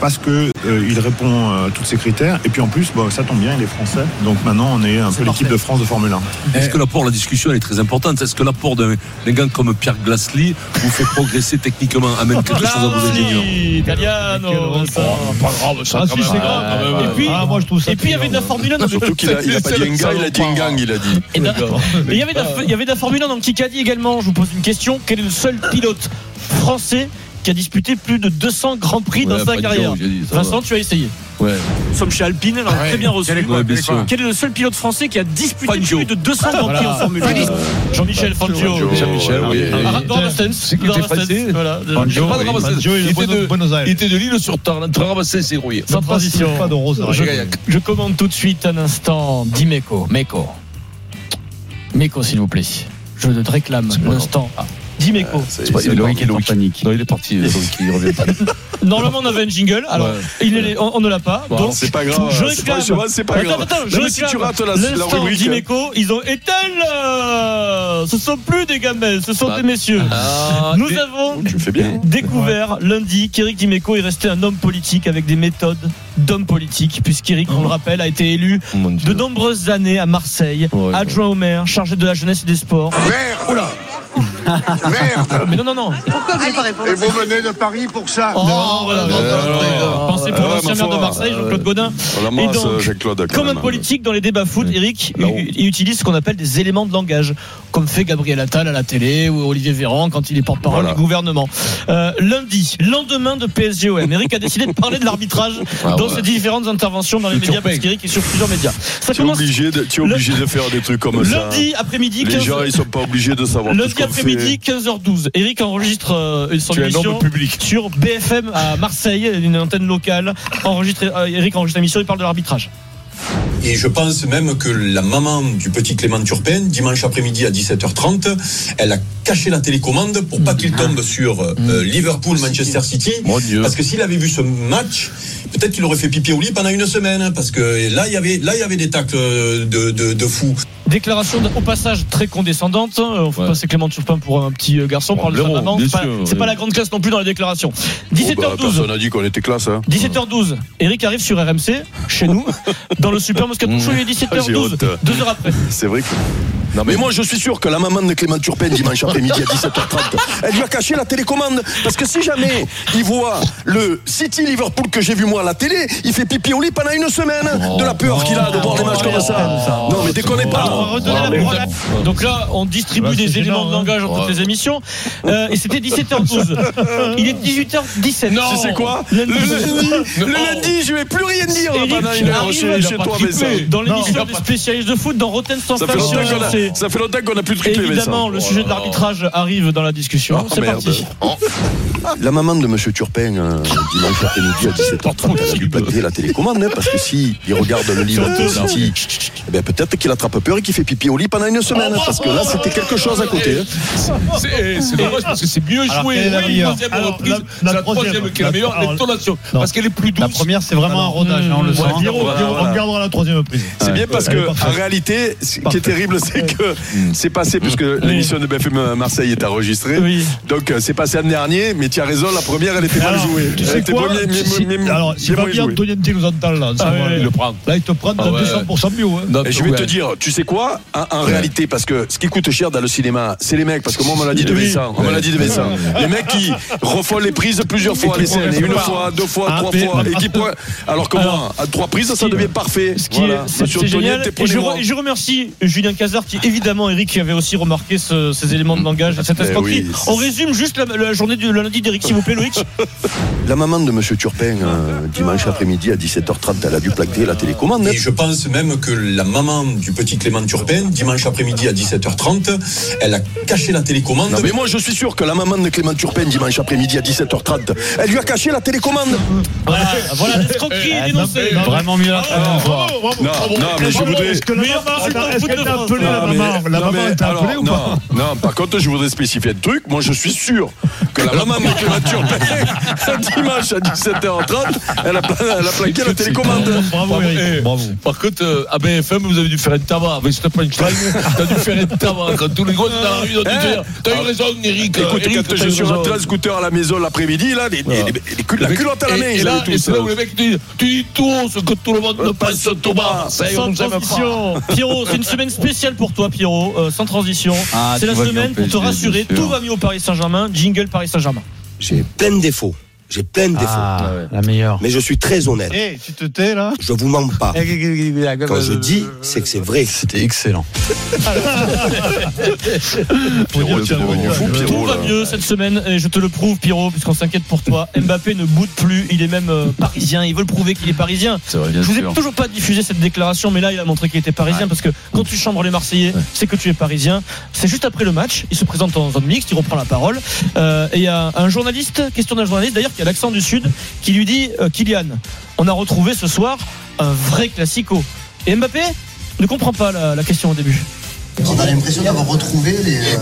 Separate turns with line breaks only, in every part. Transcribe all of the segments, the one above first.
parce que euh, il répond à tous ces critères et puis en plus bah, ça tombe bien il est français donc maintenant on est un
C'est
peu l'équipe
parfait.
de France de Formule 1.
Eh.
Est-ce que l'apport, la discussion, elle est très importante Est-ce que l'apport d'un d'un gars comme Pierre Gasly vous fait progresser techniquement Amène quelque chose à vos ingénieurs
Italiano, Vincent.
Oh, Pas grave, ça
Ah,
quand
si,
même.
c'est grave.
Ah, ouais, ouais,
et
ouais.
puis,
Ah,
moi, je trouve ça
et puis il y avait de la Formule 1 dans
Surtout qu'il a, il a pas dit un gars, il a dit un gang, il a dit.
Et d'un- et il y avait de la- il y avait de la Formule 1 dans le Kikadi également. Je vous pose une question. Quel est le seul pilote français qui a disputé plus de 200 grands prix dans
Ouais,
sa
pas de
carrière
gang, j'ai dit, ça
Vincent, tu as essayé.
va. Ouais.
Nous sommes chez Alpine, alors très bien reçu.
Ouais, bien sûr.
Quel est le seul pilote français qui a disputé
Fangio. Ah,
plus de 200 grands prix en Formule 1 Jean-Michel Fangio.
Jean-Michel, oui.
Ah, Dans le sens, dans le sens, voilà.
Fangio, oui. Fangio, il est de-
Buenos Aires.
Il était de Lille sur Tarn, Travassé, c'est rouillé.
Sans transition.
Pas de rose.
Je gagne.
Je commande tout de suite un instant d'Imeco. Meco. Meco, s'il vous plaît. Je te réclame l'instant. Ah, D'Imeco.
C'est-
C'est pas-
c'est
il est
le
parti,
week-end
Loïc. Non, il est parti, Loïc, il revient pas.
Normalement, on avait un jingle. Alors,
Ouais.
il est- on, on ne l'a pas.
Bon,
donc,
C'est pas
je
grave. C'est pas,
réclame.
c'est pas
attends,
grave.
attends, je
Non, mais si tu
réclame
rates la, la
L'instant
rubrique. hein.
d'Imeco, ils ont éteint euh, Ce sont plus des gamelles, ce sont
Bah.
des messieurs.
Ah,
Nous
et-
avons
Tu le fais bien.
découvert lundi qu'Éric Dimeco est resté un homme politique avec des méthodes d'homme politique, puisqu'Éric, on le rappelle, a été élu
Oh
Mon Dieu.
de nombreuses années à Marseille,
Ouais, ouais.
adjoint au maire, chargé de la jeunesse et des sports. Merde Mais non, non, non
Et vous venez de Paris pour ça
Oh, voilà, Euh,
non, non,
non.
Pensez pour
Ah,
l'ancien
ma foi.
maire de Marseille, Jean-Claude Godin.
On la
Et
masse,
donc,
Jacques-Claude. quand
Comme un
même.
politique dans les débats foot, Eric
Là-haut.
il il utilise ce qu'on appelle des éléments de langage, comme fait Gabriel Attal à la télé ou Olivier Véran quand il est porte-parole
Voilà.
du gouvernement. Euh, lundi, lendemain de PSGOM, Eric a décidé de parler de l'arbitrage
Ah,
dans
ouais.
ses différentes interventions dans les
Le
médias,
turpin.
parce qu'Eric est sur plusieurs médias.
Tu
Ça
es
commence
obligé, de, tu es obligé de faire des trucs comme ça.
lundi après-midi,
Les
15
gens, ils sont pas obligés de savoir tout ce
Lundi
qu'on
après-midi, 15h12. Eric enregistre euh, son
Tu es un
émission
homme public.
sur BFM à Marseille, une antenne locale. Enregistre, euh, Eric enregistre l'émission, il parle de l'arbitrage.
Et je pense même que la maman du petit Clément Turpin, dimanche après-midi à 17h30, elle a caché la télécommande pour pas qu'il tombe sur euh, Liverpool-Manchester City.
Mon Dieu.
Parce que s'il avait vu ce match, peut-être qu'il aurait fait pipi au lit pendant une semaine. hein, Parce que là, il y avait, là, il y avait des tacles euh, de, de, de fous.
Déclaration d- au passage très condescendante. Euh, On fait
Ouais.
passer Clément Turpin pour un petit euh, garçon, on
Bon,
parle de sa
blaireau,
maman.
bien
C'est pas,
sûr,
c'est
oui.
pas la grande classe non plus dans la déclaration.
fait. Bon, bah,
17h12.
personne n'a dit qu'on était classe. Hein.
17h12, Eric arrive sur RMC, chez nous, dans le Super Moscato
Mmh.
Show, il est
J'ai
17h12,
honte.
deux heures après.
C'est vrai que.
Non,
Ah, Mais moi, je suis sûr que la maman de Clément Turpin, dimanche après-midi à 17h30, elle lui a caché la télécommande. Parce que si jamais il voit le City Liverpool que j'ai vu moi à la télé, il fait pipi au lit pendant une semaine
Oh,
de la peur qu'il a de voir des matchs comme ça. Non, mais déconnez
Alors, on va
pas.
redonner la
mais-
parole à- Donc là, on distribue
Bah, c'est
des
gênant,
éléments de
hein.
langage entre
Ouais.
toutes les émissions. Euh, et c'était 17h12. Il est 18h17.
Non.
Tu sais quoi Le
Lundi.
lundi, le
Non.
lundi, je vais plus rien dire
oh, Eric
pendant une heure
arrive,
chez,
il a
chez
pas
toi,
triplé.
Vincent.
Dans
Non, il
l'émission
a
des
pas-
spécialistes de foot, dans Rotten sans
Ça fait,
flamme sur
longtemps qu'on a-
RMC.
ça fait longtemps qu'on a plus de triplé,
Évidemment, le sujet de l'arbitrage arrive dans la discussion.
Oh,
C'est
merde.
parti.
La maman de Monsieur Turpin, euh, dimanche après-midi à 17h30, elle a dû plaquer la télécommande, hein, parce que si il regarde le livre de City, eh ben, peut-être qu'il attrape peur et qu'il fait pipi au lit pendant une semaine, hein, parce que là, c'était quelque chose à côté. hein.
C'est c'est dommage parce que c'est mieux
Alors,
joué.
quelle est la
Oui,
meilleure
troisième
Alors,
reprise,
la- la
c'est la
troisième.
troisième qui est la meilleure,
Alors,
l'intonation.
non.
Parce qu'elle est plus
La
douce.
première, c'est vraiment un rodage, hein, on le
Ouais,
sent.
Biro,
Voilà,
Biro,
voilà.
voilà.
On regardera la troisième prise.
C'est bien parce
Elle est
que, en
parfaite. Mm.
réalité, ce qui est
Parfait.
terrible, c'est que c'est passé, puisque l'émission de BFM Marseille est
Ah,
enregistrée.
Oui.
Donc, euh, c'est passé l'an dernier, mais tu as raison, la première, elle était mal
Alors,
jouée.
tu
Elle
sais
était
quoi
moins- moins-
Si- si-
moins-
Alors, si
bien
va
moins
bien
jouée.
Antonienti nous entend là, en ce
Ah
moment,
ouais.
il
Il
le
le
prend.
prend.
Là, il te prend
Ah ouais.
200% mieux. hein.
Non,
Et je vais
ouais.
te dire, tu sais quoi En, en réalité, parce que ce qui coûte cher dans le cinéma, c'est les mecs, parce que moi, on me l'a dit de
Oui.
Vincent. On me l'a dit de Vincent. Les mecs qui refont les prises plusieurs fois, les scènes, et une fois, deux fois,
Ah,
trois
mais-
fois, et qui point. Alors que moi,
Alors,
à trois prises, ça
qui-
devient parfait.
Ce qui
Voilà.
est, c'est-
Monsieur
c'est
Antonio,
génial.
t'es
Et je,
prenez-moi.
re- et je remercie Julien Cazard qui, évidemment, Eric, qui avait aussi remarqué ce- ces éléments de langage, cette
Eh
escroquerie.
oui.
On résume juste la, la journée du lundi d'Eric, s'il vous plaît, Loïc.
La maman de Monsieur Turpin, euh, dimanche après-midi à 17h30, elle a dû plaquer la télécommande. hein.
Et je pense même que la
la maman du petit Clément Turpin, dimanche après-midi à 17h30, elle a caché la télécommande.
Non, mais moi, je suis sûr que la maman de Clément Turpin, dimanche après-midi à 17h30, elle lui a caché la télécommande.
Voilà, voilà l'escroquerie est dénoncée.
Vraiment mis à
Ah,
travers.
bravo, bravo,
Non,
bravo.
non, mais je
Bravo,
voudrais-
Est-ce que la
Meilleur
maman-
insulte en
Attends, est-ce
foot
qu'elle
de
t'a
France. Ah,
appelé la
Non, mais-
maman La
non,
maman,
mais
elle t'a
alors,
appelé ou pas
non, non, par contre, je voudrais spécifier un truc. Moi, je suis sûr que la maman de Clément Turpin, dimanche à 17h30, elle a, pla- elle a plaqué la télécommande.
Bravo,
Eh,
Eric. Bravo.
Par contre, euh, à BFM, vous avez dû faire un tabac avec Steppenstein. T'as dû faire un tabac quand tous les gosses dans la rue ont dû
Eh. Bah,
dire T'as eu raison, Eric.
Euh, Écoute,
Eric,
quand
t'as
je
eu
suis
raison.
rentré en scooter à la maison l'après-midi, là, les, les- les- les cul- la
Le mec-
culotte à la
et-
main,
et,
ils
là,
avaient
et
tous.
c'est là où les mecs disent Tu dis tout ce que tout le monde ne pense, Thomas. Ça y est, on
Sans
nous aime pas.
transition, Pierrot, c'est une semaine spéciale pour toi, Pierrot, euh, sans transition.
Ah,
c'est la
tout va bien
semaine
au
pour te
PSG, bien
rassurer,
sûr.
tout va mieux au Paris Saint-Germain, jingle Paris Saint-Germain.
J'ai
plein de défauts. J'ai plein de défauts.
Ah,
Ah,
la meilleure.
Mais je suis très honnête.
Eh, tu te tais là
Je vous mens pas.
eh,
Quand je dis, c'est que c'est vrai.
C'était excellent.
Pierrot, t'es devenu fou,
Tout
Pierrot,
va
là.
mieux cette semaine, et je te le prouve, Pierrot, puisqu'on s'inquiète pour toi. Mbappé ne boude plus, il est même euh, parisien, ils veulent prouver qu'il est parisien.
C'est vrai, bien
Je vous ai
sûr.
toujours pas diffusé cette déclaration, mais là, il a montré qu'il était parisien parce que quand tu chambres les Marseillais, c'est que tu es parisien. C'est juste après le match, il se présente en zone mixte, il reprend la parole. Euh, et il y a un journaliste, question d'un journaliste d'ailleurs, qui a l'accent du Sud, qui lui dit euh, Kylian, on a retrouvé ce soir un vrai classico. Et Mbappé ne comprend pas la, la question au début.
On a l'impression d'avoir retrouvé les, euh,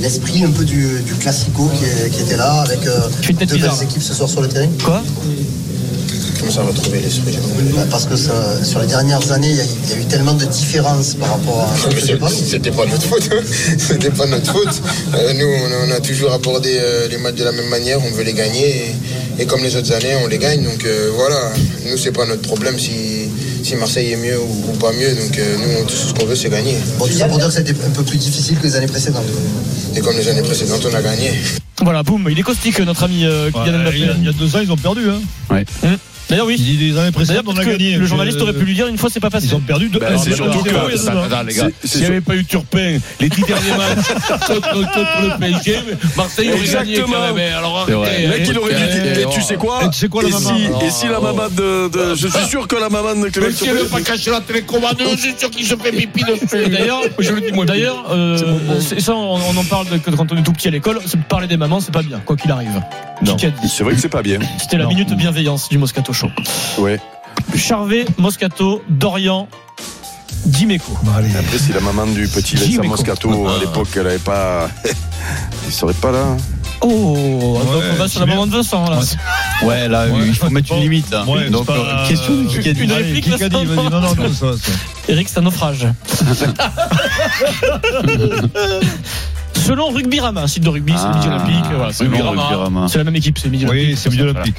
l'esprit un peu du, du classico qui, est- qui était là, avec euh,
Tu fais une tête
deux
bizarre,
belles
là.
équipes ce soir sur le terrain.
Quoi
Comment ça retrouver l'esprit Bah, Parce que ça- sur les dernières années, il y a- il y, a eu tellement de différences par rapport à cette époque.
C'était pas notre faute. C'était pas notre faute. Euh, nous, on a toujours abordé euh, les matchs de la même manière. On veut les gagner. Et, comme les autres années, on les gagne. Donc euh, voilà. Nous, c'est pas notre problème si, Marseille est mieux ou, pas mieux. Donc euh, nous, tout ce qu'on veut, c'est gagner.
Bon, tout ça pour dire que c'était un peu plus difficile que les années précédentes.
Et comme les années précédentes, on a gagné.
Voilà, boum, il est caustique, notre ami euh, Kylian Mbappé. Hum.
Il y a deux ans, ils ont perdu. Hein.
D'ailleurs,
Il
oui.
dit des années
D'ailleurs,
précédentes, on a
peut-être que
gagné. euh,
le journaliste aurait pu lui dire une fois, c'est pas facile.
Ils ont perdu deux.
Ben,
Ah,
c'est
mais
surtout
non,
que-
zéro, il y a deux ans.
Attends, les gars,
C'est- c'est
s'il n'y avait pas eu Turpin, les dix derniers matchs contre, contre le PSG, Marseille aurait gagné
Exactement.
quand même. Alors
C'est
arrêtez,
Le mec,
hein.
il aurait dû dire, et tu sais quoi
Et tu sais quoi, la
Et si-
maman
Et si la maman de. de- Je suis sûr que la maman de Clément
Même si elle n'a
Turpin.
pas caché la télécommande, je suis sûr qu'il se fait pipi dessus.
D'ailleurs,
je le dis moi.
D'ailleurs, euh, c'est- ça, on, on en parle de- quand on est tout petit à l'école. c'est- Parler des mamans, c'est pas bien, quoi qu'il arrive.
Non.
Kikadi.
C'est vrai que c'est pas bien.
C'était la
Non.
minute bienveillance du Moscato Show.
Ouais.
Charvet, Moscato, Dorian, Dimeco.
Après, si la maman du petit
Jimmy
Vincent
Cooper.
Moscato, à l'époque, elle avait pas. Il serait pas là. hein.
Oh, donc on va sur la
c'est
maman de Vincent là.
Ouais,
Ah
là, il faut mettre
une
limite.
hein.
Ouais, c'est
euh,
pas-
Une
Allez,
réplique,
Kikadi,
Vincent.
vas-y. Non, non, non, ça, ça.
Eric, c'est un naufrage. Selon Rugbyrama, un site de rugby, c'est le
Ah.
Ah,
Midi Olympique. voilà, c'est Rugbyrama.
hein.
hein.
C'est la même équipe, c'est le Midi
Oui,
Olympique.
c'est milieu Ah, olympique.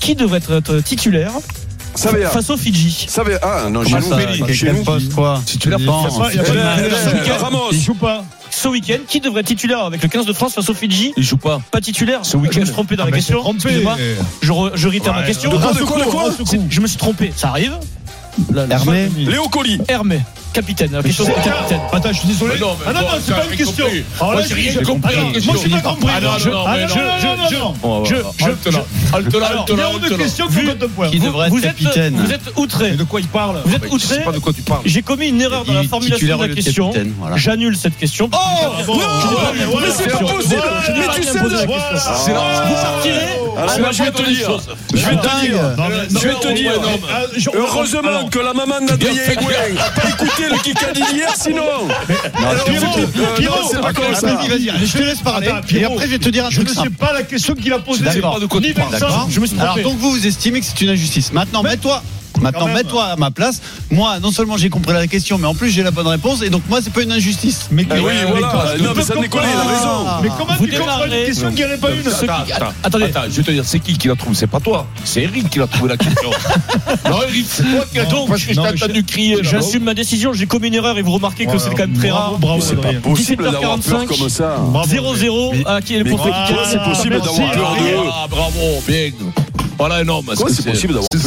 Qui devrait être euh, titulaire
euh,
Savea.
face aux Fidji
Savea. Ah, non, j'ai nous. Chez nous.
quoi
Si tu la prends,
Il y a pas de-
Ramos.
Il joue pas.
Ce week-end, qui devrait être titulaire avec le 15 de France face aux Fidji
il joue pas.
Pas titulaire
Ce week-end.
Je me suis trompé dans
Ah
la question.
bah, Trompé.
Excusez-moi. Je, re- je réitère ma
Ouais,
question.
de quoi,
Ah,
de quoi, de quoi
c'est- c'est- Je me suis trompé, ça arrive. Hermé.
Léo Colli.
Hermé, capitaine. La question, c'est
C'est
capitaine.
clair. Attends, je suis désolé.
Mais non, mais
ah non,
bon,
non, c'est
t'as
pas
rien
une question.
compris.
Alors là,
Moi, j'ai rien
je-
compris à la
Moi,
question.
j'ai pas compris.
Ah non, non,
Je-
non,
ah
mais
non,
non.
je- je-
Je, je, je, halte-la,
Alors,
halte-la,
Il y a une
halte-la.
question qui compte un point.
Vous- vous êtes- Vous êtes outré.
de quoi il parle
Vous êtes outré.
quoi tu parles.
J'ai commis une erreur dans la formulation de la question. J'annule cette question.
Oh,
Non, mais c'est pas possible. Mais tu sais,
la question.
c'est là.
Vous partirez
Ah, c'est là, je vais te dire. Je vais te dire. Je vais te dire. Heureusement que la maman d'Adrien Hegouin n'a pas écouté le Kikadi d'hier, sinon. Alors,
Pierrot,
euh, non,
Pierrot,
c'est pas comme
attends,
ça.
vas-y, vas-y, vas-y. Ah bah, Je te laisse parler. et après, je vais te dire un truc. Je ne sais pas la question qu'il a posée.
D'accord. pas de quoi tu
Ni
parles,
Vincent,
d'accord.
Je me suis trompé.
donc vous vous estimez que c'est une injustice. Maintenant, mets-toi.
Quand même.
à ma place. Moi, non seulement j'ai compris la question, mais en plus j'ai la bonne réponse. Et donc moi, c'est pas une injustice.
Mais
Eh
comment-
oui,
mais comment-
voilà. Non, mais ça décolle, il a raison.
Mais comment
Vous
tu comprends une
démarrez.
question qu'il n'y en a pas une
Attends, attends, attendez. Attends, je vais te dire, c'est qui qui l'a trouvé C'est pas toi. C'est Eric qui l'a trouvé la question. non, Eric, c'est toi qui l'a trouvé. Parce que je
non,
t'ai
mais je-
entendu crier. là.
J'assume ma décision. J'ai commis une erreur et vous remarquez que c'est quand même très rare.
Bravo,
C'est pas
Adrien.
possible d'avoir peur
17h45.
comme ça.
0-0 à qui est le
Mais
profil
comment c'est possible
merci,
d'avoir peur
Adrien.
de
Ah, bravo, bien. Voilà un homme.
Comment c'est possible d'avoir